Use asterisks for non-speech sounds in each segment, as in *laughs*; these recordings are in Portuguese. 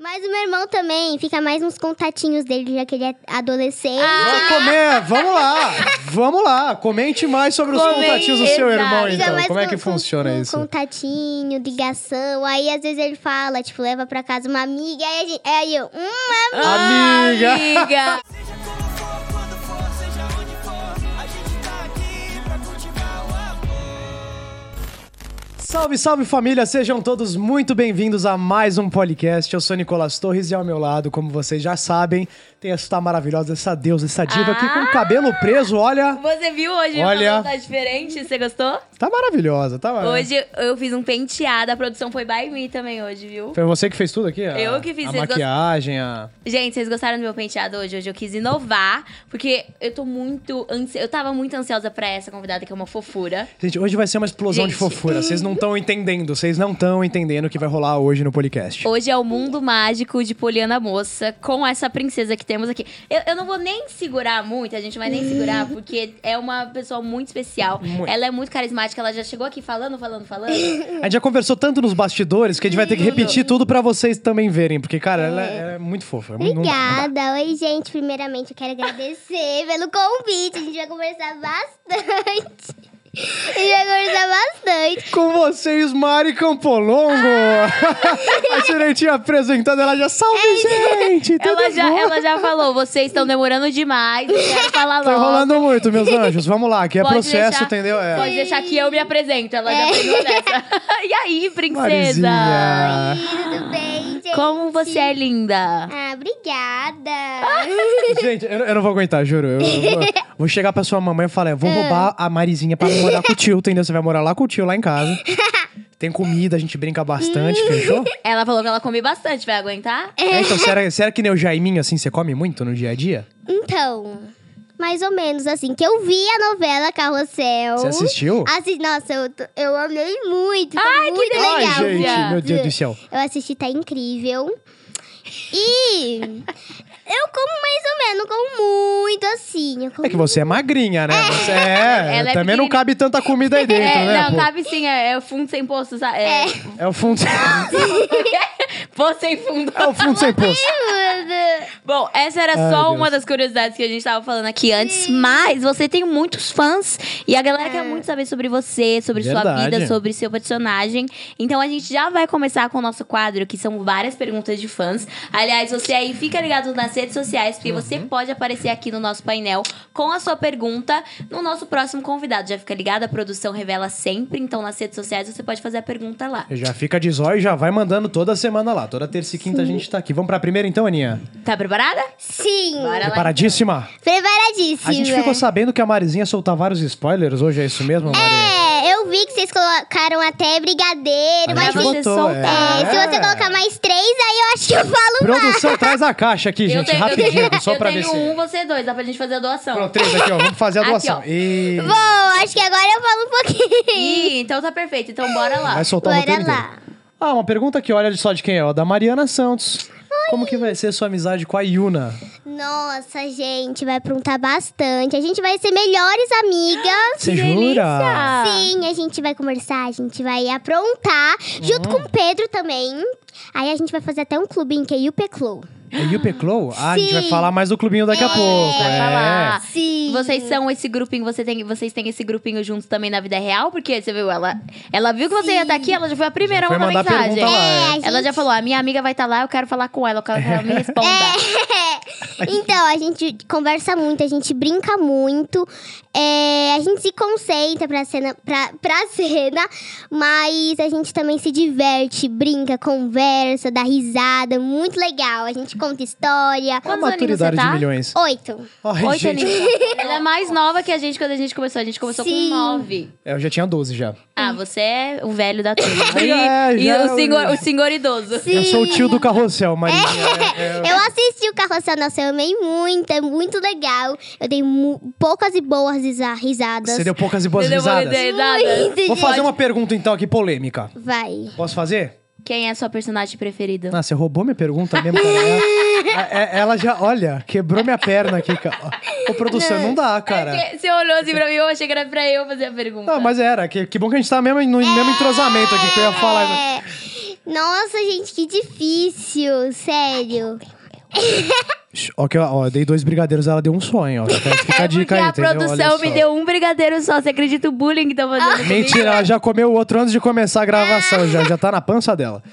Mas o meu irmão também, fica mais uns contatinhos dele, já que ele é adolescente. Ah, Vamos comer, vamos lá, vamos lá. Comente mais sobre os Comente, contatinhos do seu exato. irmão, Fica então. mais Como é com- que com- funciona com isso? Contatinho, ligação. Aí às vezes ele fala, tipo, leva pra casa uma amiga. Aí, a gente, aí eu, uma Ah, amiga. Amiga. Amiga. Seja como for, quando for, seja onde for, a gente tá aqui pra cultivar o amor. Salve, salve família, sejam todos muito bem-vindos a mais um podcast. Eu sou Nicolas Torres e ao meu lado, como vocês já sabem, tem essa maravilhosa, essa deusa, essa diva aqui com o Ah! cabelo preso, olha. Você viu hoje? o Olha. cabelo Tá diferente? Você gostou? Tá maravilhosa, tá maravilhosa. Hoje eu fiz um penteado. A produção foi by me também hoje, viu? Foi você que fez tudo aqui? A- Eu que fiz, A vocês gost- maquiagem, a... Gente, vocês gostaram do meu penteado hoje? Hoje eu quis inovar, porque eu tô muito ansi... Eu tava muito ansiosa pra essa convidada, que é uma fofura. Gente, hoje vai ser uma explosão de Gente. fofura. Vocês não estão entendendo, vocês não estão entendendo o que vai rolar hoje no podcast. Hoje é o mundo mágico de Poliana Moça, com essa princesa que temos aqui. Eu, eu não vou nem segurar muito, a gente vai nem segurar, porque é uma pessoa muito especial. Muito. Ela é muito carismática, ela já chegou aqui falando, falando, falando. A gente já conversou tanto nos bastidores que a gente vai ter que repetir tudo pra vocês também verem, porque, cara, ela é, é muito fofa. é muito- não dá, não dá. Obrigada. Oi, gente. Primeiramente, eu quero agradecer *laughs* pelo convite. A gente vai conversar bastante. A gente vai conversar bastante. Com vocês, Mari Campolongo! Ah! *laughs* a direitinha apresentada, ela já salve, gente! Tudo É Ela já, é bom? ela já falou, vocês estão demorando demais, eu quero falar logo. Tá rolando muito, *laughs* meus anjos. Vamos lá, que é Pode processo, deixar- entendeu? É. Pode deixar que eu me apresento, ela já pegou nessa. *laughs* e aí, princesa? Marizinha. Oi, tudo bem, gente? Como você é linda. Ah. Ah, obrigada. Gente, eu, eu não vou aguentar, juro. Eu, eu *laughs* vou- vou chegar pra sua mamãe e falar: eu vou Ah. roubar a Marizinha pra morar com o tio, entendeu? Você vai morar lá com o tio, lá em *laughs* casa. Tem comida, a gente brinca bastante, fechou? Ela falou que ela come bastante, vai aguentar? É, então, será, será que nem o Jaiminho, assim, você come muito no dia a dia? Então, mais ou menos assim, que eu vi a novela Carrossel. Você assistiu? Assi- nossa, eu, tô- eu amei muito. tá Ai, que muito delícia. legal. Ai, gente, Legal. meu Deus do céu. Eu assisti, tá incrível. E eu como mais ou menos, não como muito assim. Eu como É que você é magrinha, né? *laughs* Você é. Ela é também não pequenininha. cabe tanta comida aí dentro, *laughs* É, né? não, pô? cabe sim, é, é o fundo sem posto, sabe? É. É o fundo. Posto sem fundo. *laughs* é o fundo sem poço. tudo. Bom, essa era Ai, só Deus. uma das curiosidades que a gente tava falando aqui antes, mas você tem muitos fãs e a galera quer muito saber sobre você, sobre sua Verdade. vida, sobre seu personagem. Então a gente já vai começar com o nosso quadro, que são várias perguntas de fãs. Aliás, você aí fica ligado nas redes sociais, porque você Uhum. pode aparecer aqui no nosso painel com a sua pergunta no nosso próximo convidado. Já fica ligado, a produção revela sempre, então nas redes sociais você pode fazer a pergunta lá. Já fica de zóio e já vai mandando toda semana lá. Toda terça e quinta a gente tá aqui. Vamos pra primeira então, Aninha? Tá preparada? Sim, Bora lá. Preparadíssima? então. preparadíssima. A gente ficou sabendo que a Marizinha soltar vários spoilers hoje, é isso mesmo, Mari? É, eu vi que vocês colocaram até brigadeiro, A mas gente Ah. você soltar. é, se você um colocar mais três, aí eu acho que eu falo Produção, traz a caixa aqui, gente, rapidinho, só *laughs* eu pra ver tenho se... um, você dois, dá pra gente fazer a doação. Pronto, três aqui, ó. Vamos fazer a Aqui, doação. ó. E... Bom, acho que agora eu falo um pouquinho. Ih, então tá perfeito. Então bora lá. Vai soltar o Bora roteiro lá. inteiro. Ah, uma pergunta aqui, olha só de quem é, ó. Da Mariana Santos. Como que vai ser sua amizade com a Yuna? Nossa, gente, vai aprontar bastante. A gente vai ser melhores amigas. Você jura? Sim, a gente vai conversar, a gente vai aprontar. Junto com o Pedro também. Aí a gente vai fazer até um clubinho que é o Peclo. É Yupe Clow? Ah, a gente vai Sim. falar mais do clubinho daqui a pouco. Vai é. falar. Sim. Vocês são esse grupinho, você tem, vocês têm esse grupinho juntos também na vida real? Porque você viu, ela, ela viu que você ia estar aqui, ela já foi a primeira Já foi a mandar mandar mensagem. pergunta lá, É, é. a Ela já gente- É. falou: a minha amiga vai estar lá, eu quero falar com ela, eu quero que ela me responda. *laughs* Então, a gente conversa muito, a gente brinca muito, é, a gente se concentra pra cena, pra, pra *laughs* cena, mas a gente também se diverte, brinca, conversa, dá risada, muito legal. A gente conta história. A Quantos aninhos você maturidade tá? de milhões. Oito. Ai, Oito gente. *laughs* aninhos. Ela é mais nova que a gente quando a gente começou. A gente começou Sim. com nove. É, Eu já tinha 12 já. Ah, você é o velho da turma. E, *laughs* É, e já é o, o- senhor, o senhor idoso. Eu sou o tio do carrossel, Marinha. *laughs* É, é, Eu assisti o Carrossel Nossa, eu amei muito, é muito legal. Eu dei mu- poucas e boas risa- risadas. Você deu poucas e boas Entendeu? Vou risadas. dizer nada. Muito, Vou fazer gente. uma pergunta então aqui polêmica. Vai. Posso fazer? Quem é sua personagem preferida? Ah, você roubou minha pergunta mesmo, *laughs* cara. Ela, é- ela já, olha, quebrou minha perna aqui, cara. Ô, produção, não dá, cara. Porque você olhou assim pra mim, eu achei que era pra eu fazer a pergunta. tá Não, mas era. Que, que bom que a gente tá mesmo no mesmo entrosamento aqui, que eu ia falar. É. Nossa, gente, que difícil, sério. Ó, que, ó, eu dei dois brigadeiros, ela deu um só, hein? Ó. Já fica a dica É, Porque aí, entendeu? a Olha produção me só. Ah, deu um brigadeiro só. Você acredita o bullying que estão fazendo comigo? Mentira, ela já comeu o outro antes de começar a gravação, já, já tá na pança dela.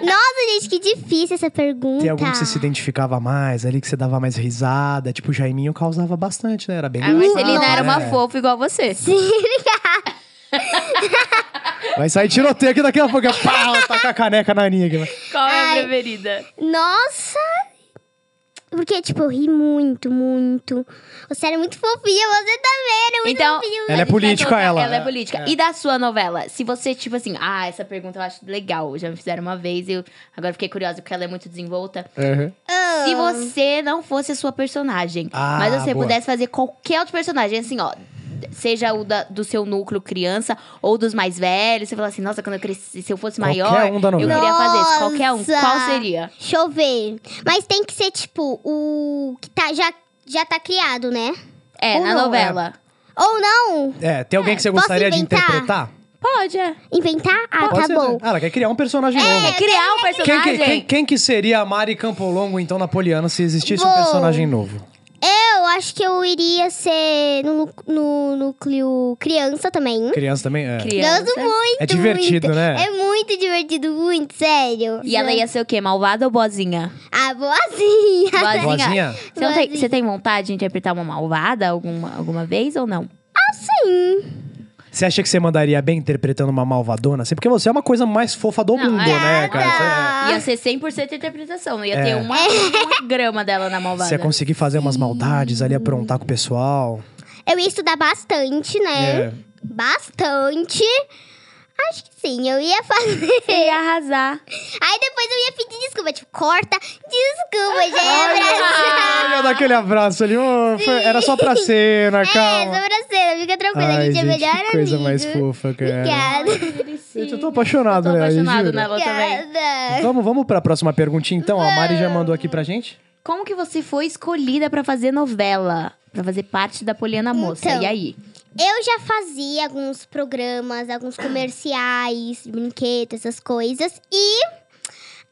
Nossa, gente, que difícil essa pergunta. Tem algum que você se identificava mais ali, que você dava mais risada? Tipo, o Jaiminho causava bastante, né? Era bem A Marcelina engraçado, era uma né? fofa igual você. Vai sair tiroteio aqui daqui a pouco. é Pau, taca a caneca na Aninha. aqui, né? Qual é a Ai. preferida? *laughs* Nossa! Porque, tipo, eu ri muito, muito. Você era muito fofinha, você também era muito Então, fofinho. Ela é política, ela. é política. E da sua novela? Se você, tipo assim, ah, essa pergunta eu acho legal. Já me fizeram uma vez e eu agora fiquei curiosa porque ela é muito desenvolta. Uhum. Se você não fosse a sua personagem, Ah, mas você boa. pudesse fazer qualquer outro personagem, assim, ó. Seja o da- do seu núcleo criança ou dos mais velhos, você fala assim, nossa, quando eu cresci, se eu fosse Qualquer maior, um da eu novela. queria fazer isso. Qualquer um. Nossa! Qual seria? Deixa eu ver. Mas tem que ser, tipo, o que tá, já, já tá criado, né? É, Ou na não, novela. Ou não? É, tem alguém que você Posso gostaria de inventar? interpretar? Pode, é. Inventar? Ah, Pode tá ser, né? bom. Ah, ela quer criar um personagem É novo. criar um Quem, personagem. que- quem- quem que seria a Mari Campolongo, então, Napoliano, se existisse um Bom. personagem novo? É, Eu acho que eu iria ser no, nu- no núcleo criança também. Criança também? É. Criança. Gosto muito. É divertido, muito. né? É muito divertido, muito, sério. E ela ia ser o quê? Malvada ou boazinha? Ah, boazinha. Boazinha? Você, não tem, Boazinha. você tem vontade de interpretar uma malvada alguma, alguma vez ou não? Você acha que você mandaria bem interpretando uma malvadona? Assim, porque você é uma coisa mais fofa do Não, mundo, é, né, cara? Você- é. *laughs* Ah. Ia ser 100% interpretação. Não ia ter uma, uma grama dela na malvada. Você é ia conseguir fazer umas maldades ali, aprontar com o pessoal. Eu ia estudar bastante, né? É. Bastante. Acho que sim, eu ia fazer. Você ia arrasar. Aí depois eu ia pedir desculpa. Tipo, corta, desculpa, já ia *laughs* *laughs* abraçar. Ai, eu dar aquele abraço ali. ô, foi- era só pra cena, É, calma. sobrancelha, fica tranquila, a Ai, gente, é melhor que coisa amigo. mais fofa, cara. Obrigada. *laughs* Gente, eu tô apaixonado, Tô né? apaixonado juro. nela também. Obrigada. Vamos, vamos pra próxima perguntinha, então. A Mari já mandou aqui pra gente. Como que você foi escolhida pra fazer novela? Pra fazer parte da Poliana Moça? Então. E aí? Eu já fazia alguns programas, alguns comerciais, brinquedos, essas coisas. E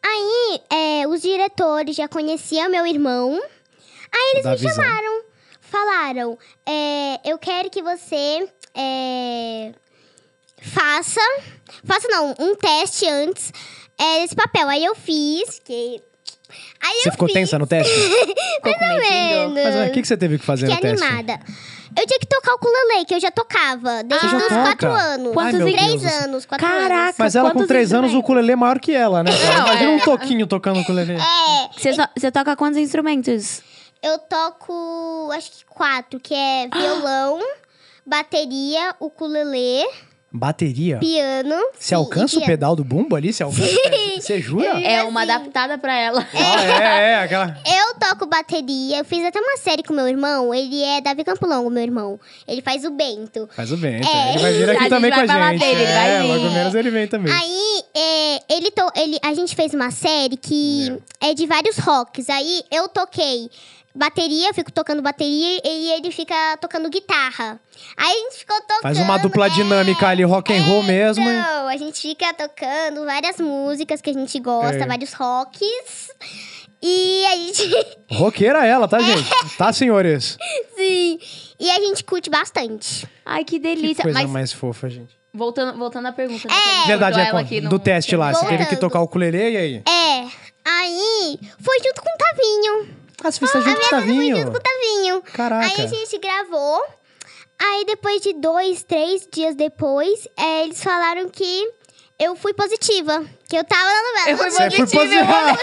aí, é, os diretores já conheciam meu irmão. Eles me chamaram. Falaram, é, eu quero que você é, faça... Faça, não, um teste antes é, desse papel. Aí eu fiz, que... Aí Você eu ficou fiz, tensa no teste? Ficou com medinho? vendo? Mas ué, o que, que você teve que fazer Fiquei no teste? animada. Eu tinha que tocar o ukulele, que eu já tocava desde Você Ah, já os toca? quatro anos. Quantos Ai, meu Três Deus do Três céu. anos, quatro anos. Caraca, Mas ela com quantos três anos, o instrumentos? ukulele é maior que ela, né? cara? Não, Imagina é. um toquinho tocando o ukulele. Você, só- você toca quantos instrumentos? Eu toco, acho que quatro, que é Ah. violão, bateria, ukulele, Bateria? piano. Você alcança o pedal? pedal do bumbo ali? Você alcança? *laughs* Você- Você jura? É uma adaptada pra ela. Ah, é, é, aquela... Eu toco bateria. Eu fiz até uma série com meu irmão. Ele é Davi Campolongo, meu irmão. Ele faz o Bento. Faz o bem, então. É. Ele vai vir A aqui gente também com vai a falar gente. dele, ele vai é, vir. logo menos ele vem também. Aí, é, ele to, ele, a gente fez uma série que é de vários rocks. Aí eu toquei bateria, eu fico tocando bateria e ele fica tocando guitarra. Aí a gente ficou tocando. Faz uma dupla é, dinâmica ali, rock and roll mesmo. e- Então, a gente fica tocando várias músicas que a gente gosta, É. vários rocks. E a gente. *laughs* Roqueira ela, É. tá, gente? Tá, senhores? Sim. E a gente curte bastante. Ai, *laughs* que Que delícia. coisa Mas mais fofa, gente. voltando, voltando à pergunta. né, que a gente Verdade, mandou é, ela pô, aqui no- do teste lá. Você teve que Voltando. tocar o ukulele e aí? É. Aí foi junto com o Tavinho. Ah, você fez tá é junto com o Foi Tavinho. junto com o Tavinho. Aí a Caraca. gente gravou. Aí depois de dois, três dias depois, é, eles falaram que eu fui positiva. Que eu tava na novela. Eu fui Você foi posicionar.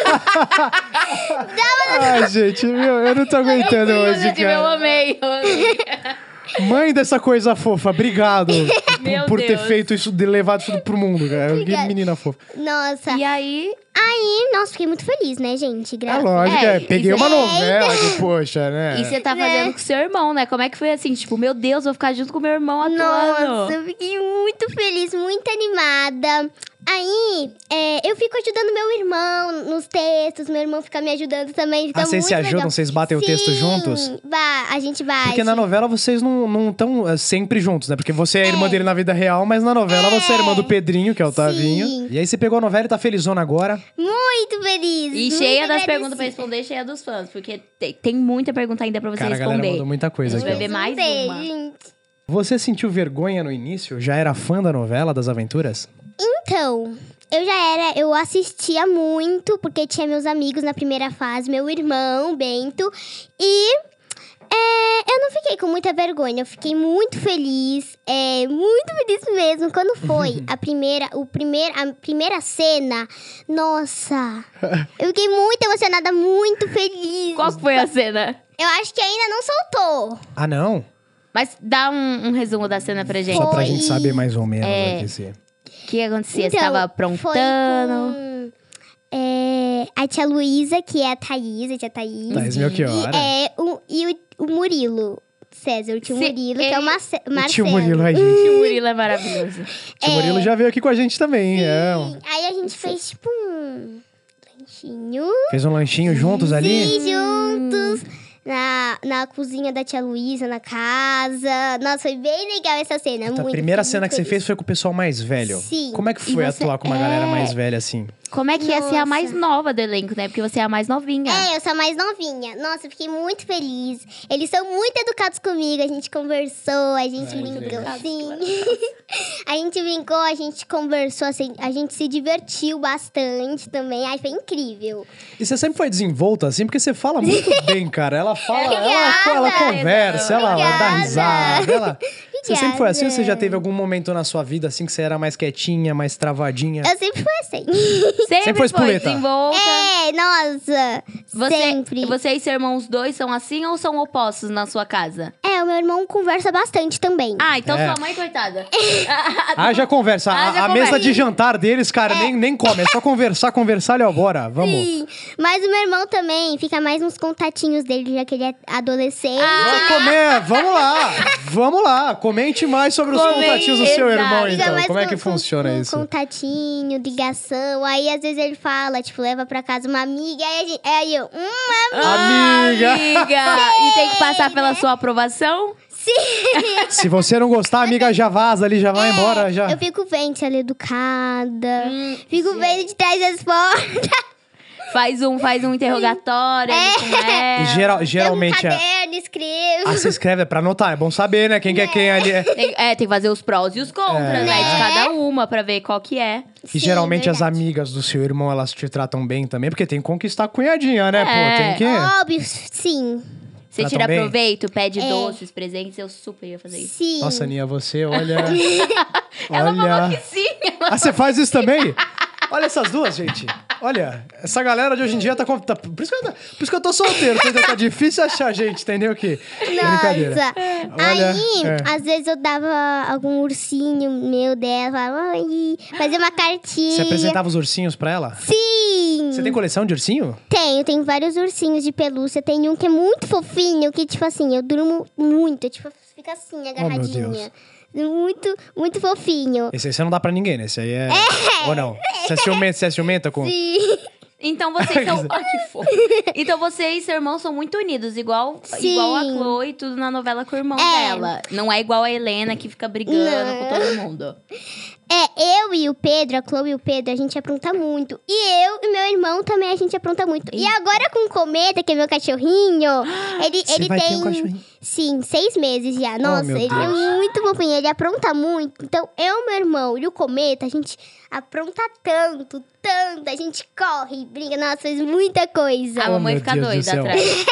Ai, gente, meu, eu não tô aguentando hoje, Inclusive, eu cara. amei. eu amei. Mãe dessa coisa fofa, obrigado por- Meu por ter Deus. feito isso, de levado isso pro mundo, cara. Que Obrigada. menina fofa. Nossa. E aí, Aí, nossa, fiquei muito feliz, né, gente? É Gra lógico, É, é, peguei e uma cê- novela, que, poxa, né? e você tá Né? fazendo com seu irmão, né? Como é que foi assim? Tipo, meu Deus, vou ficar junto com meu irmão atuando. Nossa, eu fiquei muito feliz, muito animada. Aí, é, eu fico ajudando meu irmão nos textos, meu irmão fica me ajudando também, fica Ah, vocês muito se ajudam? legal. Vocês batem o texto Sim, juntos? ba- a gente bate. Porque na novela vocês não não estão sempre juntos, né? Porque você é a irmã dele na vida real, mas na novela você é a irmã do Pedrinho, que é o Tavinho. Sim. E aí você pegou a novela e tá felizona agora. Muito feliz. E muito cheia das agradecida. perguntas pra responder, e cheia dos fãs. Porque te- tem muita pergunta ainda pra você Cara, a galera responder. mandou muita coisa Vamos aqui. ó. beber mais Beijo, uma. gente. Você sentiu vergonha no início? Já era fã da novela, das aventuras? Então, eu já era, eu assistia muito, porque tinha meus amigos na primeira fase, meu irmão, Bento, e é, eu não fiquei com muita vergonha, eu fiquei muito feliz, é, muito feliz mesmo. Quando *laughs* foi a primeira, o primeir, a primeira cena, nossa, eu fiquei muito emocionada, muito feliz. Qual que foi a cena? Eu acho que ainda não soltou. Ah, não? Mas dá um, um resumo da cena pra gente. Só pra Foi. gente saber mais ou menos É. aqui se- O que acontecia? Você Então, tava foi aprontando? com, é, a tia Luísa, que é a Thaís, a tia Thaís. Thaís Melchior. E, é, o, e o, o Murilo. César, o tio Se Murilo, ele- que é o Marce O Marcelo. É. tio Murilo, ai, gente. O Murilo é maravilhoso. O tio Murilo já veio aqui com a gente também. É. um- Aí a gente fez tipo um lanchinho. Fez um lanchinho juntos ali. E juntos na, na cozinha da tia Luísa, na casa. Nossa, foi bem legal essa cena. Puta, muito, a primeira fiquei cena muito que você feliz. fez foi com o pessoal mais velho. Sim. Como é que E foi você- atuar com uma galera é. mais velha assim? Como é que ia ser Nossa. a mais nova do elenco, né? Porque você é a mais novinha. É, eu sou a mais novinha. Nossa, eu fiquei muito feliz. Eles são muito educados comigo. A gente conversou, a gente brincou. Sim. *laughs* a gente brincou, a gente conversou, assim, a gente se divertiu bastante também. Ai, foi incrível. E você sempre foi desenvolta, assim, porque você *laughs* fala muito bem, cara. Ela fala, ela, Obrigada. ela conversa, ela dá Obrigada. risada. Ela... Você sempre foi assim ou você já Obrigada. teve algum momento na sua vida, assim, que você era mais quietinha, mais travadinha? Eu sempre fui assim. Sempre, Sempre foi foi espoleta. desenvolta. *laughs* É, nossa. Você, sempre. você e seu irmão, os dois são assim ou são opostos na sua casa? É, o meu irmão conversa bastante também. Ah, então É. sua mãe, coitada. Haja conversa. A- Haja a, conversa. mesa de jantar deles, cara, nem, nem come. É só conversar, conversar, olha, bora, vamos. Sim, mas o meu irmão também fica mais nos contatinhos dele, já que ele é adolescente. Ah, Vamos comer, vamos lá, vamos lá. Comente mais sobre os Comente, contatinhos do seu irmão, exato. Fica então. mais Como é que com- com- funciona com isso? Contatinho, ligação. Aí às vezes ele fala, tipo, leva pra casa uma amiga. Aí, a gente- aí eu, uma amiga. Amiga! Amiga! e tem que passar É. pela sua aprovação? *laughs* Sim. Se você não gostar, amiga, já vaza ali, já vai embora, já. "Hum?" É, Eu fico vendo se ela é educada. Hum, fico vendo de trás das portas. Faz um, faz um interrogatório ali com E É. ela. geral- geralmente Pego um é. caderno, escrevo. Ah, se inscreve, é pra anotar, é bom saber, né? Quem que é quem ali. É. Tem, é, tem que fazer os prós e os contras, né? De cada uma, pra ver qual que é. E Sim, geralmente as verdade. amigas do seu irmão, elas te tratam bem também, porque tem que conquistar a cunhadinha, né? É. Pô, tem que. Óbvio, sim. Você Tratam tira Tá bem? proveito, pede É. doces, presentes, eu super ia fazer isso. Sim. Nossa, Aninha, *laughs* você, olha. é Ela falou que olha. sim. Ah, você faz isso também? Olha essas duas, gente. Olha, essa galera de hoje em dia tá. com- tá- por, isso que eu, tá- por isso que eu tô solteiro, entendeu? Tá difícil achar gente, entendeu? Que. Brincadeira. Nossa. Olha, Aí, é. às vezes eu dava algum ursinho meu dela, falava, "Ai", fazia uma cartinha. Você apresentava os ursinhos pra ela? Sim! Você tem coleção de ursinho? Tenho, tenho vários ursinhos de pelúcia. Tem um que é muito fofinho, que, tipo assim, eu durmo muito. Tipo, fica Oh, assim, agarradinha. Muito, muito fofinho. Esse aí você não dá pra ninguém, né? Esse aí é. Ou não? Você é ciumenta, você é ciumenta com. Sim. Então *laughs* vocês são. Ai, que fofo. Então você e seu irmão são muito unidos, igual, Sim. igual a Chloe e tudo na novela com o irmão É. dela. Não é igual a Helena que fica brigando Não. com todo mundo. *laughs* É, eu e o Pedro, a Chloe e o Pedro, a gente apronta muito. E eu e meu irmão também, a gente apronta muito. E agora com o Cometa, que é meu *gasps* cachorrinho, ele, Você ele vai ter tem... um cachorrinho? Sim, seis meses já. Nossa, Oh, meu ele é Deus. muito fofinho, ele apronta muito. Então, eu, meu irmão e o Cometa, a gente apronta tanto, tanto. A gente corre, briga, nossa, faz muita coisa. A Oh, mamãe meu fica Deus do doida céu. atrás.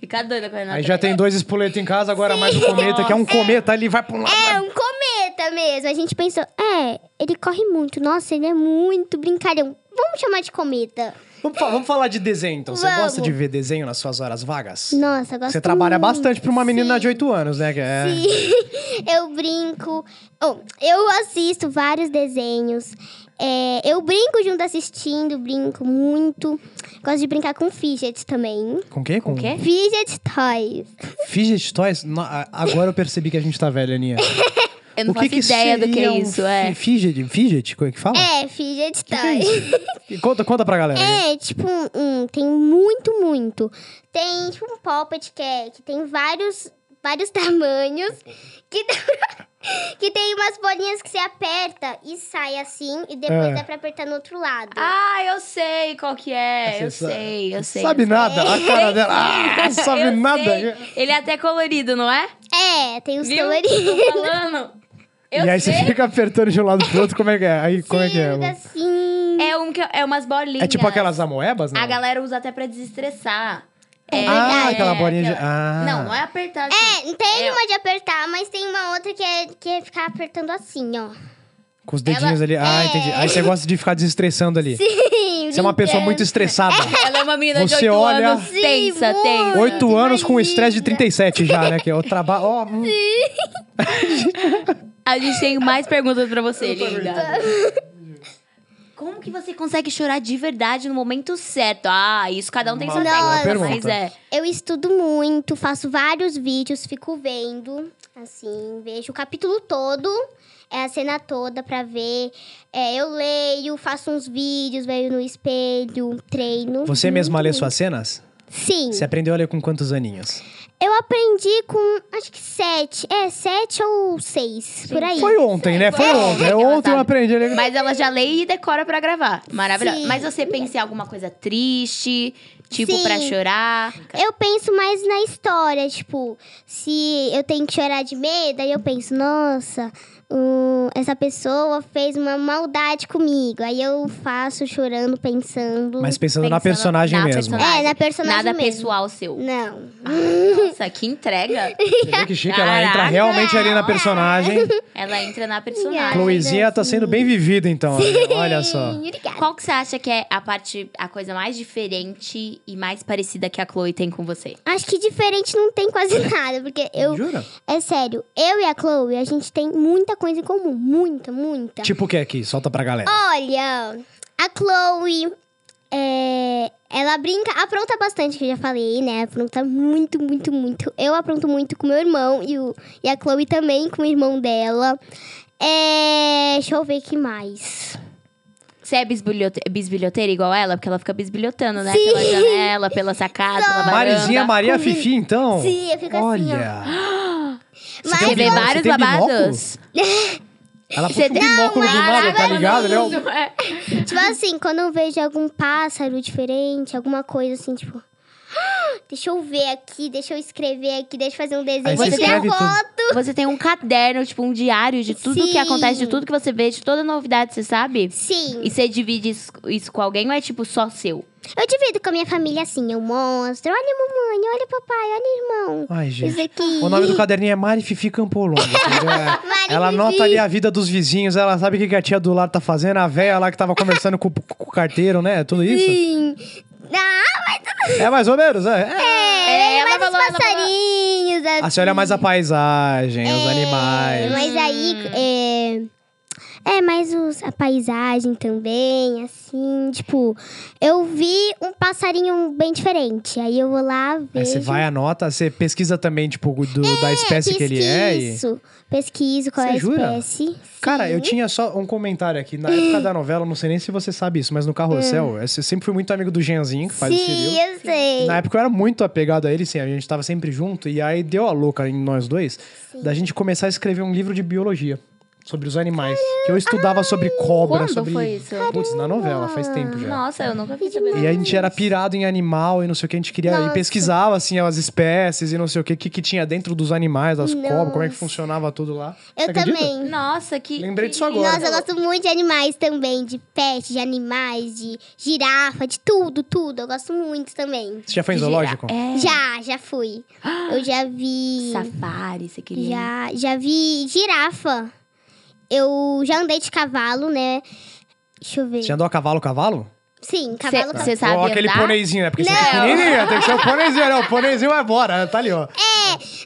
fica doida com a Renata. Aí tá já tem dois espoletos em casa, agora mais um cometa, que é um cometa, ele vai pra um lado. É um cometa mesmo. A gente pensou, é, ele corre muito. Nossa, ele é muito brincalhão. Vamos chamar de cometa. Vamos, fa- vamos falar de desenho, então. Você Vamos. gosta de ver desenho nas suas horas vagas? Nossa, eu gosto Você trabalha muito. bastante pra uma menina Sim. de 8 anos, né? que é- Sim, *laughs* eu brinco. Bom, eu assisto vários desenhos. É, eu brinco junto assistindo, brinco muito. Gosto de brincar com fidget também. Com o quê? Com, quê? Fidget toys. Fidget toys? No- a- Agora eu percebi que a gente tá velha, Aninha. *laughs* Eu não o que faço ideia do que seria é um isso, é. tá. fi- Fidget, fidget, como é que fala? É, fidget O que é toy. *laughs* isso? conta, conta pra galera. aí. É, tipo, um- um, tem muito, muito. Tem, tipo, um poppet que, é, que tem vários, vários *laughs* tamanhos. Que, dá- *laughs* que tem umas bolinhas que você aperta e sai assim. E depois É. dá pra apertar no outro lado. Ah, eu sei qual que é. Você Eu sa- sei, eu sei. Sabe eu sei. nada, a cara dela. Ah, sabe *laughs* Eu nada. né? sei. Ele é até colorido, não é? É, tem os Viu? coloridos. Tô falando. Eu e aí sei. você fica apertando de um lado pro outro, como é que é? Aí, como é que é? Fica assim. É, um, que- é umas bolinhas. É tipo aquelas amoebas, né? A galera usa até pra desestressar. É, Ah, verdade. aquela bolinha de... aquela- Ah. Não, não é apertar assim. É, tem É. uma de apertar, mas tem uma outra que é, que é ficar apertando assim, ó. Com os dedinhos Ela- ali. Ah, é. entendi. Aí você gosta de ficar desestressando ali. Sim, Você é uma pessoa muito *laughs* estressada. Ela é uma menina Você de 8 olha- anos. Sim, Tensa, muito. tensa. Oito Imagina. anos com um estresse de 37 já, né? Que é o trabalho... ó, hum. A gente tem mais perguntas pra você, linda. Como que você consegue chorar de verdade no momento certo? Ah, isso cada um tem sua Uma boa técnica, mas pergunta. é. Eu estudo muito, faço vários vídeos, fico vendo, assim, vejo o capítulo todo, é a cena toda pra ver. É, eu leio, faço uns vídeos, vejo no espelho, treino. Você mesma Muito, lê muito. suas cenas? Sim. Você aprendeu a ler com quantos aninhos? Eu aprendi com, acho que sete. É, sete ou seis, por aí. tá. Foi ontem, né? Foi Foi ontem. ontem, É, ela Ontem eu sabe. aprendi a ler... Mas ela já lê e decora pra gravar. Maravilhosa. Sim. Mas você pensa em alguma coisa triste, tipo Sim. pra chorar. Eu penso mais na história, tipo, se eu tenho que chorar de medo, aí eu penso, nossa, hum, essa pessoa fez uma maldade comigo. Aí eu faço chorando, pensando. Mas pensando na Pensando personagem na mesmo. É, na personagem Nada mesmo. *laughs* pessoal seu. Não. Nossa, que entrega. Você vê que chique, ela entra Caraca. realmente ali na personagem. Ela entra na personagem. Chloezinha tá sendo bem vivida, então. né? Olha só. Obrigada. Qual que você acha que é a parte, a coisa mais diferente e mais parecida que a Chloe tem com você? Acho que diferente não tem quase *laughs* nada, porque eu... Jura? É sério, eu e a Chloe, a gente tem muita coisa em comum. Muita, muita. Tipo o que aqui? Solta pra galera. Tá. Olha, a Chloe, é, ela brinca, apronta bastante, que eu já falei, né? Apronta muito, muito, muito. Eu apronto muito com meu irmão e, o, e a Chloe também com o irmão dela. É, deixa eu ver que mais. Você é bisbilhote- bisbilhoteira igual ela? Porque ela fica bisbilhotando, né? Pela janela, pela sacada, pela varanda. Marizinha Maria Fifi, então? tá Sim, eu fico assim, Olha. Você Mas tem um Você vê binó- você vários tem babados. binóculo? Ela Você puxa um tem- binóculo do nada, tá ligado? Léo? É. Tipo assim, quando eu vejo algum pássaro diferente, alguma coisa assim, tipo... *gasps* "Ah, Deixa eu ver aqui, deixa eu escrever aqui, deixa eu fazer um desenho, Aí vou você tirar escreve tudo. foto. Você tem um caderno, tipo um diário de tudo Sim. que acontece, de tudo que você vê, de toda novidade, você sabe? Sim. E você divide isso, isso com alguém ou é tipo só seu? Eu divido com a minha família assim, eu mostro. Olha, mamãe, olha, papai, olha, irmão. Ai, Isso gente. aqui. O nome do caderninho é Mari *laughs* Fifi Campolonga. entendeu? É. ela anota ali a vida dos vizinhos, ela sabe o que que a tia do lado tá fazendo, a véia lá que tava conversando com, com o carteiro, né? Tudo isso. Sim. Ah, É mais ou menos, é. é. É, ela mas os passarinhos. Assim. A senhora olha mais a paisagem, os É, animais. Mas aí. É, é mais os, a paisagem também, assim. Tipo, eu vi um passarinho bem diferente. Aí eu vou lá ver. Aí É, você vai, anota, você pesquisa também, tipo, do- da espécie que ele é. E... Pesquiso. Pesquiso qual Você é a jura? espécie. Cara, eu Sim. tinha só um comentário aqui. Na época da novela, não sei nem se você sabe isso, mas no Carrossel, eu sempre fui muito amigo do Jeanzinho, que faz o Cirilo. Hum. Sim, eu sei. Na época eu era muito apegado a ele, sim, a gente tava sempre junto, e aí deu a louca em nós dois da gente começar a escrever um livro de biologia sobre os animais. Que eu estudava sobre cobra, Quando sobre. foi isso? Putz, na novela, faz tempo já. Nossa, eu nunca fiz saber. E a gente era pirado em animal e não sei o que, a gente queria. E Nossa. pesquisava, assim, as espécies e não sei o que, o que, que tinha dentro dos animais, as cobras, como é que Nossa. funcionava tudo lá. Você Eu acredita? também. Nossa, que. Lembrei que disso agora. lindo. Nossa, eu gosto muito de animais também, de pet, de animais, de girafa, de tudo, tudo. Eu gosto muito também. Você já foi em Que gira- zoológico? É. Já, já fui. Eu já *gasps* vi. Safari, você queria. Já, já vi girafa. Eu já andei de cavalo, né? Deixa eu ver. Você andou a cavalo, cavalo? Sim, cavalo. Você sabe Ou aquele andar? pôneizinho, né? Porque você é Não. pequenininha, tem que ser o pôneizinho, né? O pôneizinho vai embora, tá ali, ó.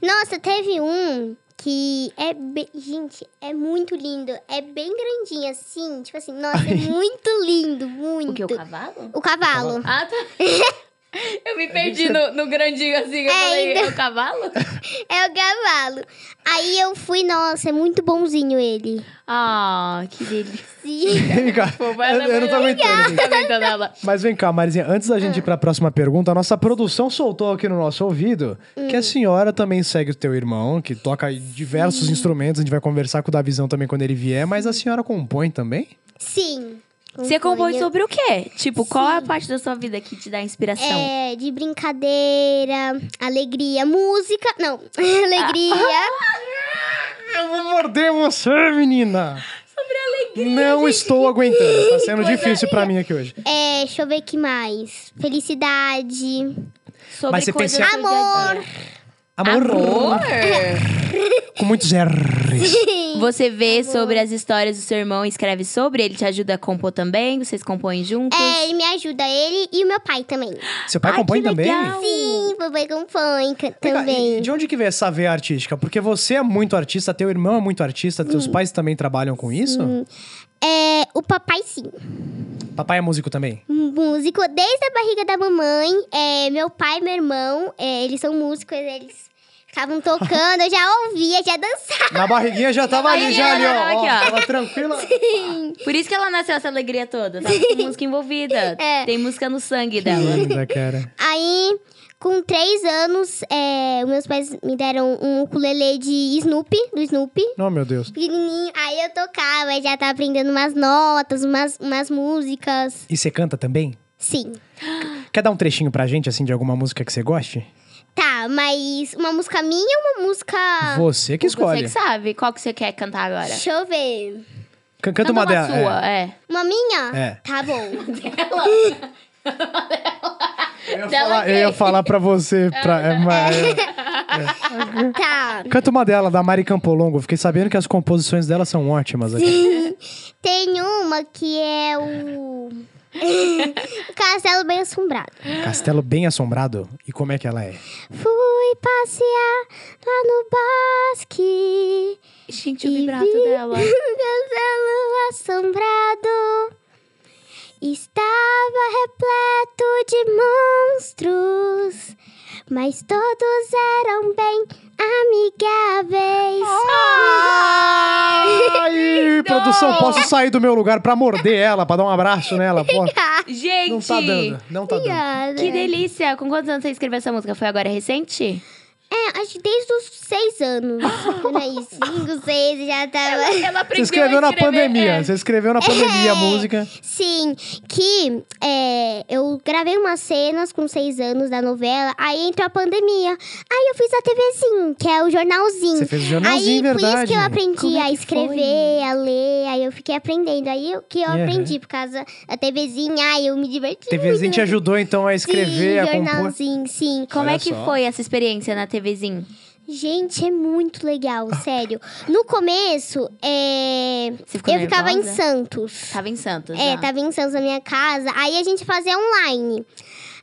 Nossa, teve um que é bem. Gente, é muito lindo. É bem grandinho assim. Tipo *laughs* assim, nossa, é muito lindo, muito. *laughs* O que, o cavalo? O cavalo. Ah, tá. Eu me perdi no, no grandinho assim. Eu É, falei, então- é o cavalo? É o cavalo. Aí eu fui, nossa, é muito bonzinho ele. Ah, que delícia. *laughs* Sim. Vem cá. Pô, vai Eu, eu não tô legal. aguentando. gente. Tá aguentando ela. Mas vem cá, Marizinha, antes da gente ir pra próxima pergunta, a nossa produção soltou aqui no nosso ouvido que Hum. a senhora também segue o teu irmão, que toca diversos instrumentos, a gente vai conversar com o Davizão também quando ele vier, mas a senhora compõe também? Sim. Você compõe Componho. sobre o quê? Tipo, qual é a parte da sua vida que te dá inspiração? É, de brincadeira, alegria, música. Não, *laughs* alegria. Eu vou morder você, menina! Sobre alegria. Não estou aguentando, tá sendo difícil pra mim aqui hoje. É, deixa eu ver que mais. Felicidade. Sobre Mas você coisas pensa- do dia a dia. Amor, Amor. com muitos R's. Você vê sobre as histórias do seu irmão e escreve sobre, ele te ajuda a compor também, vocês compõem juntos? É, ele me ajuda, ele e o meu pai também. Seu pai Ai, compõe que também? legal. Sim, papai compõe ca- Vem cá, e- também. De onde que vem essa veia artística? Porque você é muito artista, teu irmão é muito artista, teus Hum. pais também trabalham com isso? É, o papai sim. Um Papai é músico também? Músico desde a barriga da mamãe. É, meu pai e meu irmão, é, eles são músicos, eles ficavam tocando, eu já ouvia, já dançava. Na barriguinha já tava ali, já ali, ó. Aqui, ó. ó. Tava tranquila. *laughs* Por isso que ela nasceu essa alegria toda, tá? Com música envolvida. *laughs* É. Tem música no sangue Que dela. Linda, cara. Aí, com três anos, é, meus pais me deram um ukulele de Snoopy, do Snoopy. Oh, meu Deus. Pequenininho, aí eu tocava, já tava aprendendo umas notas, umas, umas músicas. E você canta também? Sim. Quer dar um trechinho pra gente, assim, de alguma música que você goste? Tá, mas uma música minha ou uma música. Você que Você escolhe. Ah, que sabe qual que você quer cantar agora. Deixa eu ver. Can- Canta uma, dela. é. sua, é. Uma minha? É. Tá bom. *laughs* Eu, ia Dela falar, eu quem? ia falar pra você. Pra, é, *laughs* mas- tá. Canta uma dela, da Mari Campolongo. Fiquei sabendo que as composições dela são ótimas aqui. Tem uma que é o. *laughs* Castelo Bem Assombrado. Castelo Bem Assombrado. E como é que ela é? Fui passear lá no bosque. Gente, o E vibrato vi- *laughs* dela. Castelo assombrado estava repleto de monstros, mas todos eram bem amigáveis. Ah! Ai, produção, posso sair do meu lugar pra morder ela, pra dar um abraço nela? Pô, Gente! não tá dando, não tá dando. Obrigada. Que delícia! Com quantos anos você escreveu essa música? Foi agora recente? É, acho que desde os seis anos. Peraí, cinco, seis, já tava. Ela Você escreveu na É. pandemia. Você escreveu na pandemia a música. é. Sim, que é, eu gravei umas cenas com seis anos da novela, aí entrou a pandemia. Aí eu fiz a TVzinho, que é o jornalzinho. Você fez o jornalzinho, aí, Por isso verdade. que eu aprendi Como é a que escrever, a ler, aí eu fiquei aprendendo. Aí eu, que eu Uhum. aprendi por causa da TVzinha, aí eu me diverti. TVzinho muito, te né? ajudou então a escrever, sim, a compor. jornalzinho, sim. Como Olha é que só. foi essa experiência na TVzinho? Gente, é muito legal, sério. No começo, é, Você ficou eu ficava em nervosa? Santos. Tava em Santos. É, né? tava em Santos na minha casa. Aí a gente fazia online.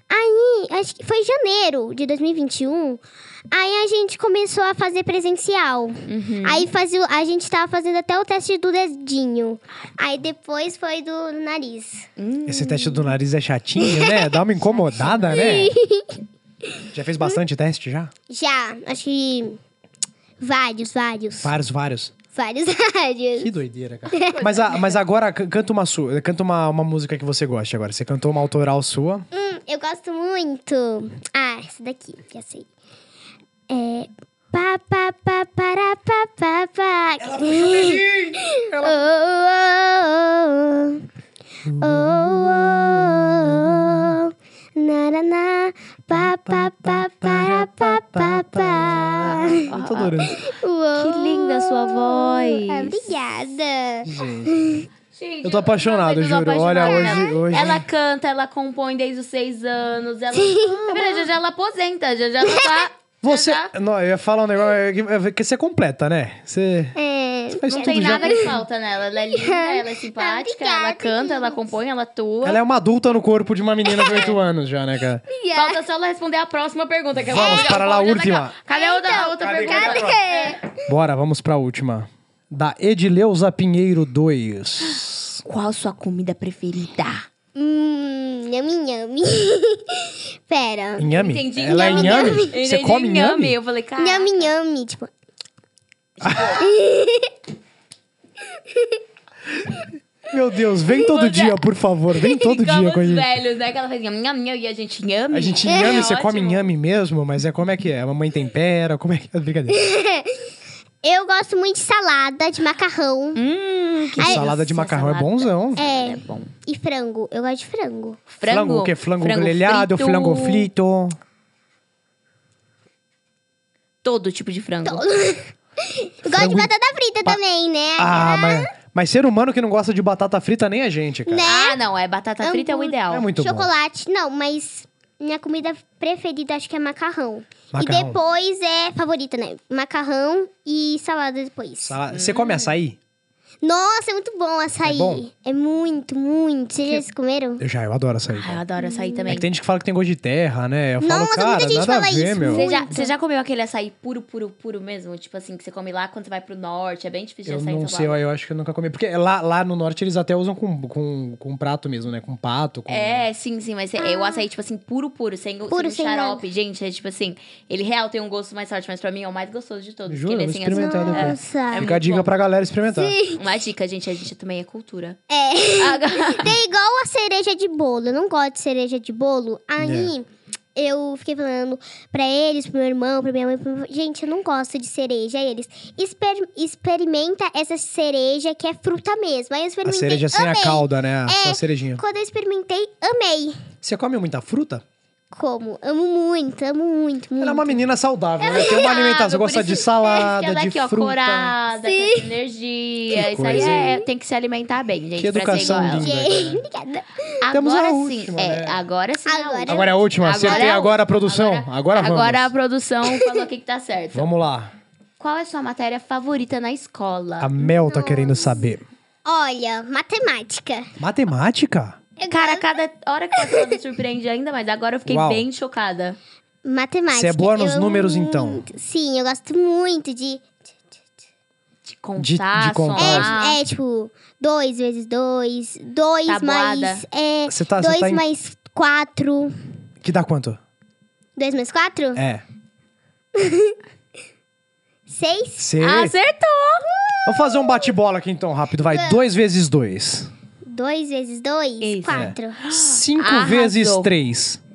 Aí, acho que foi em janeiro de 2021. Aí a gente começou a fazer presencial. Aí fazia, o- a gente tava fazendo até o teste do dedinho. Aí depois foi do nariz. Hum. Esse teste do nariz é chatinho, né? Dá uma incomodada, né? Já fez bastante teste já? Já, acho que vários, vários. Vários, vários. Vários, *laughs* vários. Que doideira, cara. Mas, a- mas agora c- canta uma sua, canta uma, uma música que você goste agora. Você cantou uma autoral sua. Hum, eu gosto muito. Ah, essa daqui, já sei. É. Pá, pá, pá, pará, pá, pá, pá. *laughs* Oh, oh, oh. Oh, oh, oh. Naraná. Pá, pá, pá, pará, pá, pá, pá. Eu tô adorando. Uou. Que linda a sua voz. Ah, Obrigada. Gente, Eu tô apaixonado, eu tô juro. Olha, apaixonada. hoje- hoje- Ela canta, ela compõe desde os seis anos. Ela... Ah, Peraí, já já ela aposenta, já já ela tá... *laughs* Você. Já, já. Não, eu ia falar um negócio é que- é que você completa, né? Você É. faz Não tudo tem já. nada que falta nela. Ela *laughs* é linda, ela é simpática, ela Obrigada, canta, ela gente. compõe, ela atua. Ela é uma adulta no corpo de uma menina de *laughs* 8 anos já, né, cara? Falta só ela responder a próxima pergunta. Que eu Vamos vou- para eu a vou- última. Cadê a outra, a outra Cadê, pergunta? cadê? Bora, vamos pra última. Da Edileuza Pinheiro 2. Qual sua comida preferida? Hum, yummy, yummy. *laughs* Pera. Inhame? Entendi Ela é inhame. inhame? Eu Você entendi come inhame? Eu falei, cara. Nhami, nhami. Tipo, Meu Deus, vem todo Você- dia, por favor. *laughs* Vem todo Igual dia os com a gente. velhos, né? Que ela faz nham, nham, e a gente nhame. A gente inhame, É você come ótimo. inhame mesmo, mas é como é que é? A mamãe tempera, como é que é? *laughs* Brincadeira. eu gosto muito de salada, de macarrão Hum, que Ai, delícia, salada de macarrão é bonzão. É. É bom. e frango. Eu gosto de frango. Frango, o quê? Flango grelhado, frito, flango frito. Todo tipo de frango. *laughs* Eu gosto de Frango e batata frita pa- também, né? Ah, mas, mas ser humano que não gosta de batata frita nem a gente, cara. Né? Ah, não, é batata frita é o Hambúrguer. ideal. É muito bom. Chocolate, não, mas minha comida preferida acho que é macarrão. E Macarrão. depois é favorita, né? Macarrão e salada depois. Sala- Você come Hum. açaí? Nossa, é muito bom açaí. É bom? É muito, muito. Vocês já comeram? Eu já, eu adoro açaí. Ah, eu cara. adoro açaí É também. que tem gente que fala que tem gosto de terra, né? Eu falo, Nossa, muita cara, gente nada fala a ver, isso. meu. Você já, Muito. você já comeu aquele açaí puro, puro, puro mesmo? Tipo assim, que você come lá quando você vai pro norte. É bem difícil Eu de açaí em não São sei, eu, Paulo. eu acho que eu nunca comi. Porque lá, lá no norte eles até usam com, com, com prato mesmo, né? Com pato, com... É, sim, sim, mas é o açaí, tipo assim, puro, puro, sem, o- Ah. Puro, sem sem o xarope. Gente, é tipo assim, ele real tem um gosto mais forte, mas pra mim é o mais gostoso de todos. Juro, porque eu ele vou assim, experimentar açúcar. Então, depois. Nossa. Fica a muito dica bom. pra galera experimentar. Uma dica, gente, a gente também é cultura. É. Agora- Tem igual a cereja de bolo. Eu não gosto de cereja de bolo. Aí É. eu fiquei falando pra eles, pro meu irmão, pra minha mãe. Pro... meu- Gente, eu não gosto de cereja. Aí eles "Exper- experimenta essa cereja que é fruta mesmo. Aí eu A experimentei. cereja sem amei. a calda, né? A É. sua cerejinha. Quando eu experimentei, amei. Você come muita fruta? Como? Amo muito, amo muito, muito. Ela é uma menina saudável, né? Tem uma alimentação, É saudável, por gosta de isso- salada, Ela é tá de aqui, ó, fruta. corada, com energia. Que Isso aí coisa, é, tem que se alimentar bem, gente. Que educação pra ser igual. *laughs* linda. Gente, obrigada. Agora Temos a sim. última, é, né? agora sim. Agora- Agora é a última, acertei é a agora a última. produção. Agora vamos. Agora a produção falou o que que tá certo. Vamos lá. Qual é a sua matéria favorita na escola? A Mel tá querendo saber. Olha, matemática. Matemática? Cara, cada hora que você me surpreende ainda mais. Agora eu fiquei Uau. bem chocada. Matemática. Você é boa nos eu amo números, então? muito. Sim, eu gosto muito de De de contar, contar. somar. É, é tipo, 2 vezes 2, 2 Tabuada. mais. É, Você tá- você 2 tá em- mais 4. Que dá quanto? 2 mais 4? É. 6? Você. Ah, Acertou! Vamos fazer um bate-bola aqui então, rápido. Vai. 2 vezes 2. 2 vezes Isso. 2? 4. É. 5 Arrasou. vezes 3.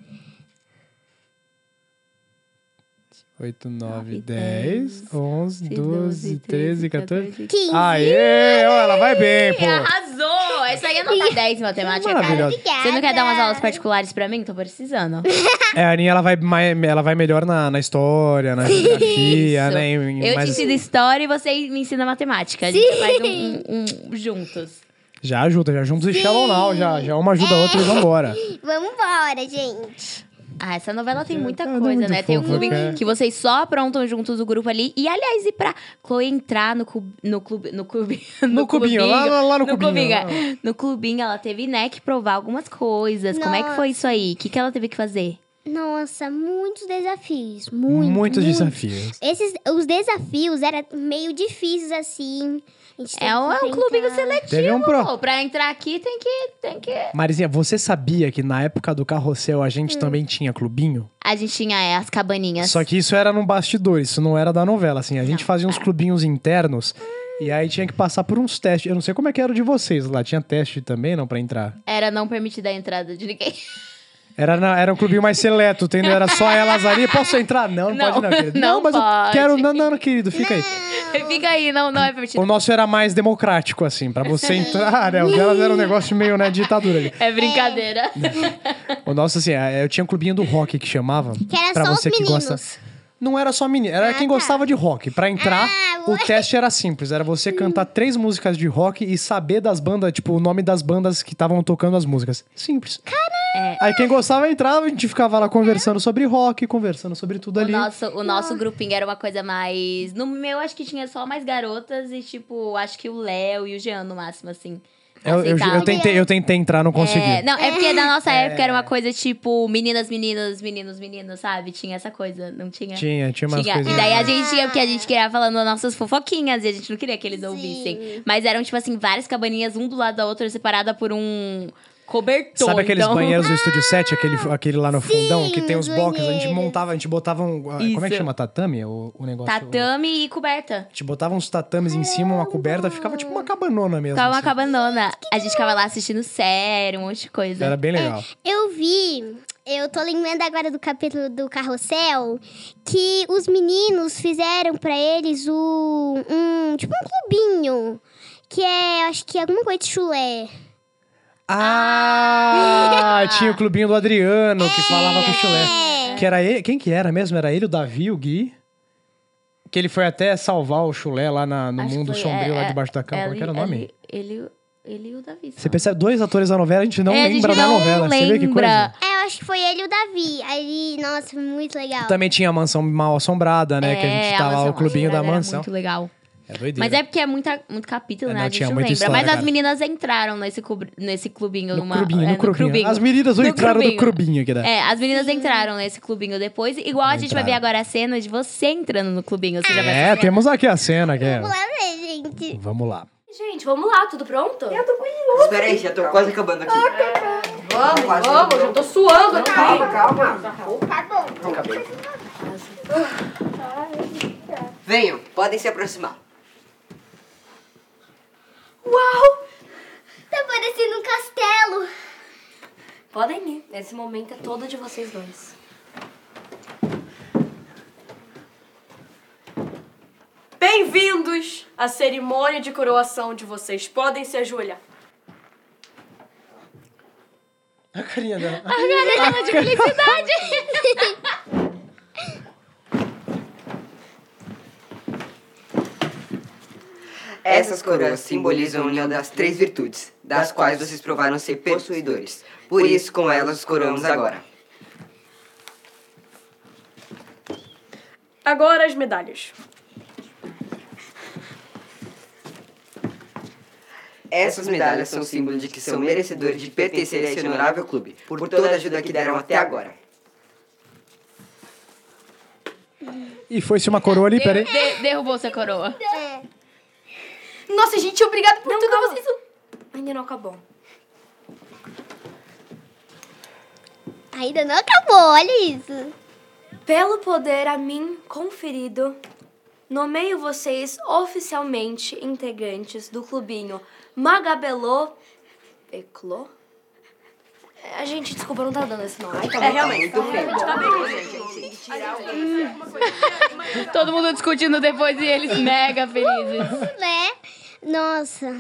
8, 9, 10, 11, 12, 13, 14. 15. Aê! ó, Ela vai bem, pô. Arrasou! Essa aí é nota 10 em matemática, cara. Maravilhosa. Obrigada. Você não quer dar umas aulas particulares pra mim? Tô precisando. É, a Aninha, ela vai, mai- ela vai melhor na, na história, na geografia, Isso. né? em- em eu mais- te ensino história e você me ensina matemática. A gente faz um, um- um juntos. Já ajuda, já juntos e Shallow Now, já, já uma ajuda a outra e vambora. Vambora, gente. Ah, essa novela tem muita tá dando coisa, muito é. né? Tem o fofa, clube cara. que vocês só aprontam juntos o grupo ali. E, aliás, e pra Chloe entrar no, clube, no clube... No clube... *laughs* No, cubinho, lá- lá- lá no cubinho, lá. é. No clubinho, ela teve, né, que provar algumas coisas. Como é que foi isso aí? O que, que ela teve que fazer? Nossa, muitos desafios. Muito, Muitos muito. desafios. Esses, os desafios eram meio difíceis, assim. A gente teve É um, que é um clubinho enfrentar. seletivo, Teve um pro- pô. Pra entrar aqui, tem que... Tem que... Marizinha, você sabia que na época do carrossel a gente também tinha clubinho? A gente tinha é, as cabaninhas. Só que isso era num bastidor, isso não era da novela, assim. A gente fazia uns clubinhos internos e aí tinha que passar por uns testes. Eu não sei como é que era o de vocês lá. Tinha teste também, não, pra entrar? Era não permitida a entrada de ninguém. Era, na- era um clubinho mais seleto, entendeu? Era só elas ali. Posso entrar? Não, não, Não, pode não, *laughs* querido. não mas eu pode. quero... Não, não, não, querido, fica aí. *laughs* Fica aí, não, não é permitido. O nosso era mais democrático, assim, pra você entrar, né? O delas era um negócio meio, né, ditadura ali. É brincadeira. É. O nosso, assim, eu tinha um clubinho do rock que chamava. Que era pra só os você que meninos. gosta. Não era só menino, era Ah, quem tá. gostava de rock. Pra entrar, Ah, o teste era simples. Era você cantar três músicas de rock e saber das bandas, tipo, o nome das bandas que estavam tocando as músicas. Simples. Caramba! Aí quem gostava entrava, a gente ficava lá conversando sobre rock, conversando sobre tudo *laughs* Uhum. O ali. nosso, o Ah. nosso grupinho era uma coisa mais. No meu, acho que tinha só mais garotas e, tipo, acho que o Léo e o Jean, no máximo, assim. Eu, eu- eu aceitavam. tentei, eu tentei entrar, não consegui. É, não, é porque da nossa época É. era uma coisa tipo meninas, meninas, meninos, meninos, sabe? Tinha essa coisa, não tinha? Tinha, tinha umas Tinha. coisas. E daí a gente tinha, porque a gente queria falando as nossas fofoquinhas e a gente não queria que eles ouvissem. Mas eram, tipo assim, várias cabaninhas, um do lado da outra, separada por um. Cobertor. Sabe aqueles então. Ah, banheiros do Estúdio 7, aquele, aquele lá no Sim, fundão, que tem os os boxes? A gente banheiros. montava, a gente botava um. ah, Como é que Isso. chama? Tatame? O, o negócio? *laughs* Tatame e coberta. A gente botava uns tatames em cima, uma coberta, ficava tipo uma cabanona mesmo. Ficava uma assim. cabanona. né? A gente ficava lá assistindo série, um monte de coisa. Era bem legal. Eu vi, eu tô lembrando agora do capítulo do Carrossel, que os meninos fizeram pra eles o, um, tipo um clubinho, que é, acho que é alguma coisa de chulé. Ah! tinha o clubinho do Adriano É! que falava com o chulé. Que era ele. Quem que era mesmo? Era ele, o Davi, o Gui? Que ele foi até salvar o chulé lá na- no Acho que mundo foi- sombrio, lá é- debaixo da cama. Qual que era o nome? Ele, ele, ele e o Davi. Você percebe, dois atores da novela, a gente não É, a gente lembra da não novela. Você vê que lembra. coisa? É, eu acho que foi ele e o Davi. Aí, nossa, foi muito legal. Também tinha a mansão mal assombrada, né? que a gente tava lá, É, mansão o clubinho da assombrada era mansão. Muito legal. É doideira. Mas é porque é muita, muito capítulo, É, né? não, a gente tinha não muita lembra. história, Mas cara. as meninas entraram nesse, cub- nesse clubinho. no numa, clubinho, é, no clubinho. As meninas No entraram no clubinho que dá. É, as meninas entraram nesse clubinho depois. Igual a gente vai ver Entraram. agora a cena de você entrando no clubinho. Você já vai É, temos aqui a cena que é. Vamos lá ver, gente. Vamos lá. Gente, vamos lá, tudo pronto? Espera aí, já tô quase acabando aqui. Vamos, vamos, já tô suando aqui. Venham, podem se aproximar. Tá parecendo um castelo. Podem ir, esse momento é todo de vocês dois. Bem-vindos à cerimônia de coroação de vocês. Podem se ajoelhar. A carinha dela. Essas coroas simbolizam a união das três virtudes, das quais vocês provaram ser possuidores. Por isso, com elas, os coroamos agora. Agora as medalhas. Essas medalhas são símbolo de que são merecedores de pertencer a esse honorável clube, por toda a ajuda que deram até agora. E foi-se uma coroa ali, peraí. De- derrubou sua coroa. É. Nossa, gente, obrigado por tudo vocês. Ainda não acabou. Ainda não acabou, olha isso. Pelo poder a mim conferido, nomeio vocês oficialmente integrantes do clubinho Magabelô. Eclô? É, A gente, desculpa, não tá dando esse nome. É realmente muito feio. Todo mundo discutindo depois e eles mega felizes. Né? Nossa.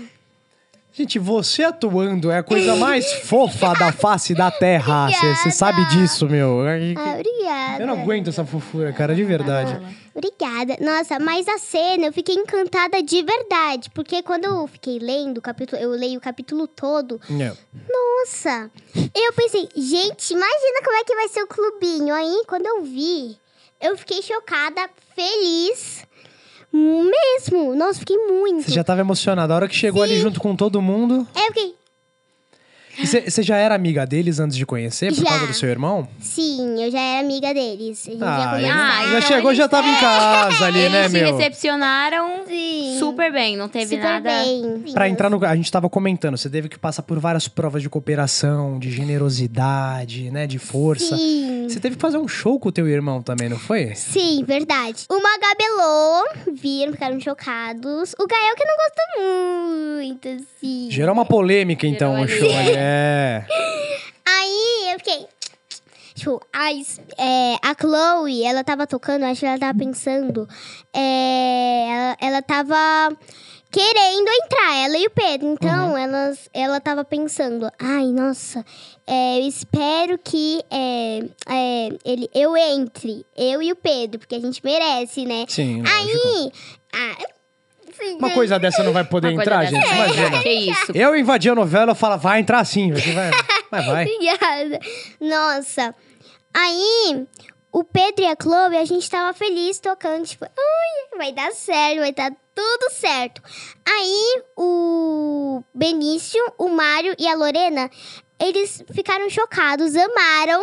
Gente, você atuando é a coisa *laughs* mais fofa da face da terra. Você você sabe disso, meu. É que- Ah, obrigada. Eu não aguento essa fofura, cara, de verdade. Obrigada. Nossa, mas a cena eu fiquei encantada de verdade. Porque quando eu fiquei lendo o capítulo, eu leio o capítulo todo. Não. Nossa! Eu pensei, gente, imagina como é que vai ser o clubinho. Aí, quando eu vi, eu fiquei chocada, feliz. Mesmo! Nossa, fiquei muito. Você já tava emocionada. A hora que chegou ali junto com todo mundo. É, eu fiquei. E Você você já era amiga deles antes de conhecer, por Já. causa do seu irmão? Sim, eu já era amiga deles. A gente já Ah, conversava. Ah, já então chegou, já tava em casa ali, né, eles te meu? recepcionaram Sim. super bem. Não teve Super nada... bem. Pra entrar no. A gente tava comentando, você teve que passar por várias provas de cooperação, de generosidade, né? De força. Sim. Você teve que fazer um show com o teu irmão também, não foi? Sim, verdade. O Magabelô viram, ficaram chocados. O Gael que não gostou muito, assim. Gerou uma polêmica, então, Gerou o ali. show ali. É. Aí eu fiquei. Tipo, a, es- é, a Chloe, ela tava tocando, acho que ela tava pensando. é, ela, ela tava querendo entrar, ela e o Pedro. Então, elas, ela tava pensando, ai, nossa, é, eu espero que é, é, ele, eu entre, eu e o Pedro, porque a gente merece, né? Sim, lógico. Aí. ah, sim, Uma né? coisa dessa não vai poder Uma coisa entrar, dessa. gente? Imagina. É, Que isso. Eu invadi a novela, eu falo, vai entrar sim. você Vai, vai. vai. Obrigada. Nossa. Aí, o Pedro e a Chloe, a gente tava feliz tocando, tipo, ai, vai dar certo, vai dar tudo certo. Aí, o Benício, o Mário e a Lorena, eles ficaram chocados, amaram.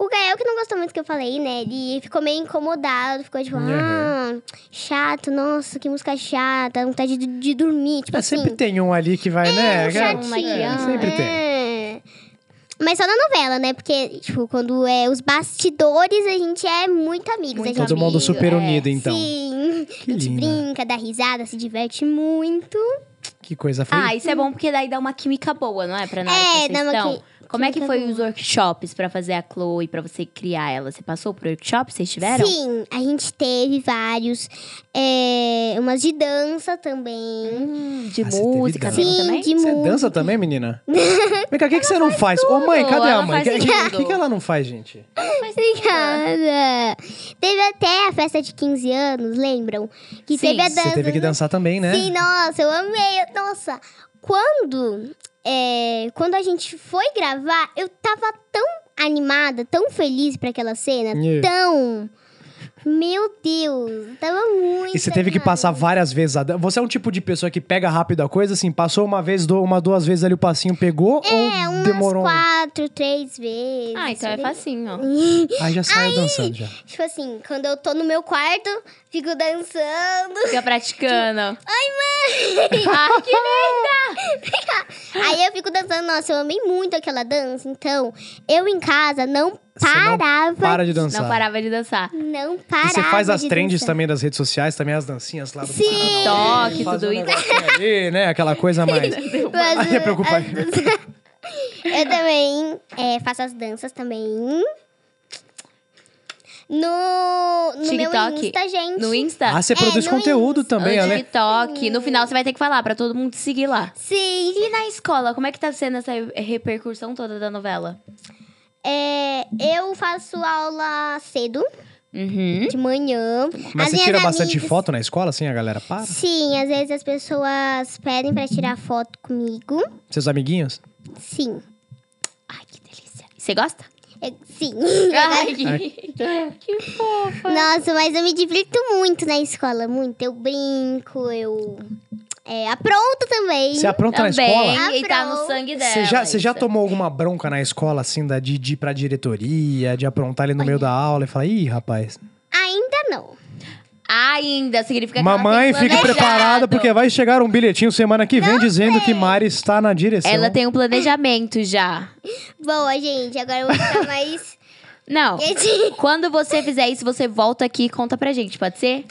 O Gael, que não gostou muito do que eu falei, né? Ele ficou meio incomodado, ficou tipo, Uhum. ah, chato, nossa, que música chata, vontade de, de dormir, tipo É, assim. sempre tem um ali que vai, né? É, cara? chatinho. É, sempre tem. É. Mas só na novela, né? Porque, tipo, quando é os bastidores, a gente é muito amigos. a Muito gente Todo mundo amigo, super é. unido, então. Sim. Que a gente linda. brinca, dá risada, se diverte muito. Que coisa foi. Ah, isso é bom porque daí dá uma química boa, não é? Pra nós É, que dá vocês uma estão. qui- Como é que química foi boa. os workshops pra fazer a Chloe, pra você criar ela? Você passou por workshop? Vocês tiveram? Sim, a gente teve vários. é, umas de dança também. Hum, de Ah, você teve música dança. Sim, também? de Você música. dança também, menina? Vem cá, o que, que você não faz? Ô, mãe, tudo, cadê a ela mãe? O que, faz que, tudo. que que ela não faz, gente? Obrigada. Teve até a festa de 15 anos, lembram? Que Sim. teve a Você dança. Você teve que do- dançar também, né? Sim, nossa, eu amei. Nossa, quando, é, quando a gente foi gravar, eu tava tão animada, tão feliz pra aquela cena, Yeah. tão... Meu Deus, eu tava muito E você teve que animada. passar várias vezes a dança. Você é um tipo de pessoa que pega rápido a coisa, assim, passou uma vez, do- uma, duas vezes ali o passinho, pegou É, ou umas demorou? um- quatro, três vezes. Ah, então é facinho, ó. Aí já saiu dançando já. Tipo assim, quando eu tô no meu quarto, fico dançando. Fica *laughs* praticando. Ah, que Ah. linda! Aí eu fico dançando, nossa, eu amei muito aquela dança. Então, eu em casa não não parava. Para de dançar. Não parava de dançar. Não parava. E você faz as de trends dançar. também das redes sociais, também as dancinhas lá do Sim. Toque, Faz tudo um isso. negocinho ali, né? Aquela *laughs* coisa mais. Mas, Aí é uh, preocupante. as- eu também é, faço as danças também. No, no meu TikTok. Insta, gente. No Insta? Ah, você É, produz no conteúdo também, no né? TikTok. No final você vai ter que falar pra todo mundo te seguir lá. Sim. E na escola, como é que tá sendo essa repercussão toda da novela? É, eu faço aula cedo, Uhum. de manhã. Mas As você minhas tira bastante amigas- foto na escola, assim, a galera Ah. para? Sim, às vezes as pessoas pedem pra tirar foto comigo. Seus amiguinhos? Sim. Ai, que delícia. Você gosta? *laughs* É, sim. Ai, que... que *laughs* fofo. Nossa, mas eu me divirto muito na escola, muito. Eu brinco, eu é, apronto também. Você apronta Então na escola? Também, e tá no sangue dela. Você já, você já isso. tomou alguma bronca na escola, assim, da, de, de ir pra diretoria, de aprontar ali no meio da aula e falar, ih, rapaz, Ainda não. Ainda, significa que ela mamãe, tem fique planejado. preparada porque vai chegar um bilhetinho semana que vem dizendo que Mari está na direção. Ela tem um planejamento já. Boa, gente. Agora eu vou *laughs* ficar mais. *laughs* Não. quietinha. Quando você fizer isso, você volta aqui e conta pra gente, pode ser?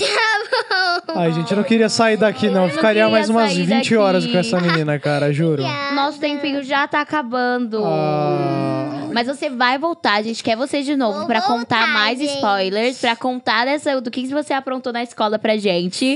Ai, gente, eu não queria sair daqui, não. Eu não Ficaria queria mais umas sair 20 daqui. horas com essa menina, *laughs* cara, juro. Ah, Nosso tempinho já tá acabando. Ah. Mas você vai voltar, a gente quer você de novo Vou pra contar voltar, mais gente. spoilers, pra contar dessa, do que que você aprontou na escola pra Sim, gente.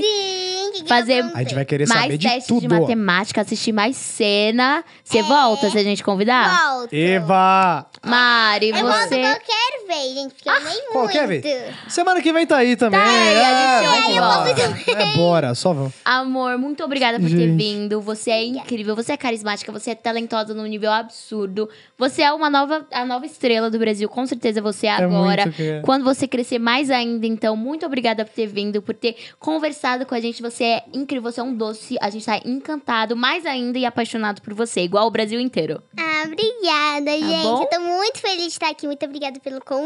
que que eu Fazer- aprontei? A gente vai querer mais saber de testes tudo. de matemática, assistir mais cena. Você volta se a gente convidar? É. Volto. Eva! Mari, Eu volto Ah, você. Ah, qualquer vez, gente, porque eu amei muito. Qualquer vez. Semana que vem tá aí também. Tá aí, a gente é, vai vambora. É, bora, só vamos. Amor, muito obrigada por ter Gente. vindo. Você é incrível, você é carismática, você é talentosa num nível absurdo. Você é uma nova, a nova estrela do Brasil, com certeza você é agora. muito que- Quando você crescer mais ainda, então, muito obrigada por ter vindo, por ter conversado com a gente. Você é incrível, você é um doce. A gente tá encantado, mais ainda e apaixonado por você, igual o Brasil inteiro. Ah, obrigada, gente. Tá bom? Eu tô muito feliz de estar aqui. Muito obrigada pelo convite.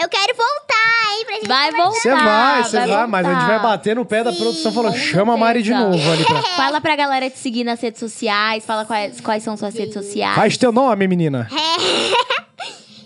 Eu quero voltar, hein, pra gente Vai conversar. Você voltar! vai, você vai, voltar. mas a gente vai bater no pé da produção falando, chama a Mari de certeza. novo ali pra... Fala pra galera te seguir nas redes sociais, fala quais, quais são suas redes sociais. Faz teu nome, menina.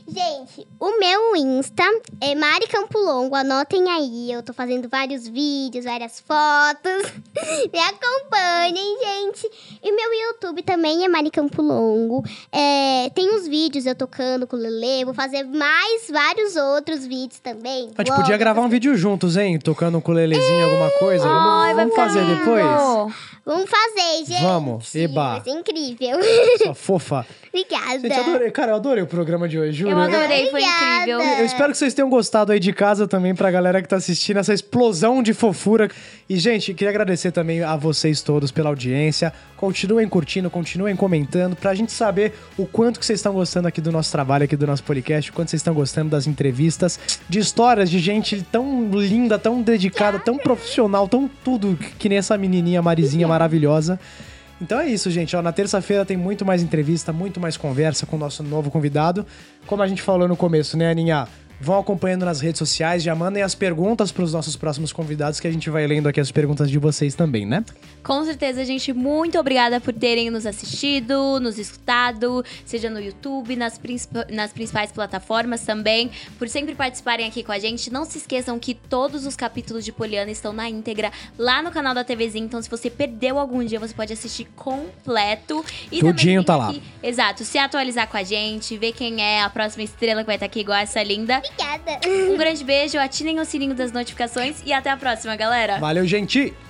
Gente, o meu Insta é Mari Campolongo. Anotem aí. Eu tô fazendo vários vídeos, várias fotos. *laughs* Me acompanhem, gente. E meu YouTube também é Mari Campolongo. É, tem os vídeos eu tocando com o Lele. Vou fazer mais vários outros vídeos também. A gente podia gravar um vídeo juntos, hein? Tocando com o Lelezinho, alguma coisa. Vamos, Ai, vai vamos ficar fazer lindo. depois? Vamos fazer, gente. um- Vamos. Eba. Vai ser incrível. *laughs* Sua *laughs* fofa. Obrigada. Gente, eu adorei. Cara, eu adorei o programa de hoje, juro. Eu adorei, foi Obrigada. incrível. Eu espero que vocês tenham gostado aí de casa também, pra galera que tá assistindo, essa explosão de fofura. E, gente, queria agradecer também a vocês todos pela audiência. Continuem curtindo, continuem comentando, pra gente saber o quanto que vocês estão gostando aqui do nosso trabalho, aqui do nosso podcast, o quanto vocês estão gostando das entrevistas, de histórias de gente tão linda, tão dedicada, tão profissional, tão tudo, que nem essa menininha Marizinha maravilhosa. Então é isso, gente. Ó, na terça-feira tem muito mais entrevista, muito mais conversa com o nosso novo convidado. Como a gente falou no começo, né, Aninha? Vão acompanhando nas redes sociais, já mandem as perguntas para os nossos próximos convidados, que a gente vai lendo aqui as perguntas de vocês também, né? Com certeza, gente, muito obrigada por terem nos assistido, nos escutado, seja no YouTube, nas, princip- nas principais plataformas também, por sempre participarem aqui com a gente. Não se esqueçam que todos os capítulos de Poliana estão na íntegra lá no canal da TVzinha, então se você perdeu algum dia, você pode assistir completo. E também Tudinho vem tá lá. aqui- Exato, se atualizar com a gente, ver quem é a próxima estrela que vai estar aqui igual essa linda. Obrigada. Um grande beijo, atinem o sininho das notificações e até a próxima, galera! Valeu, gente! tá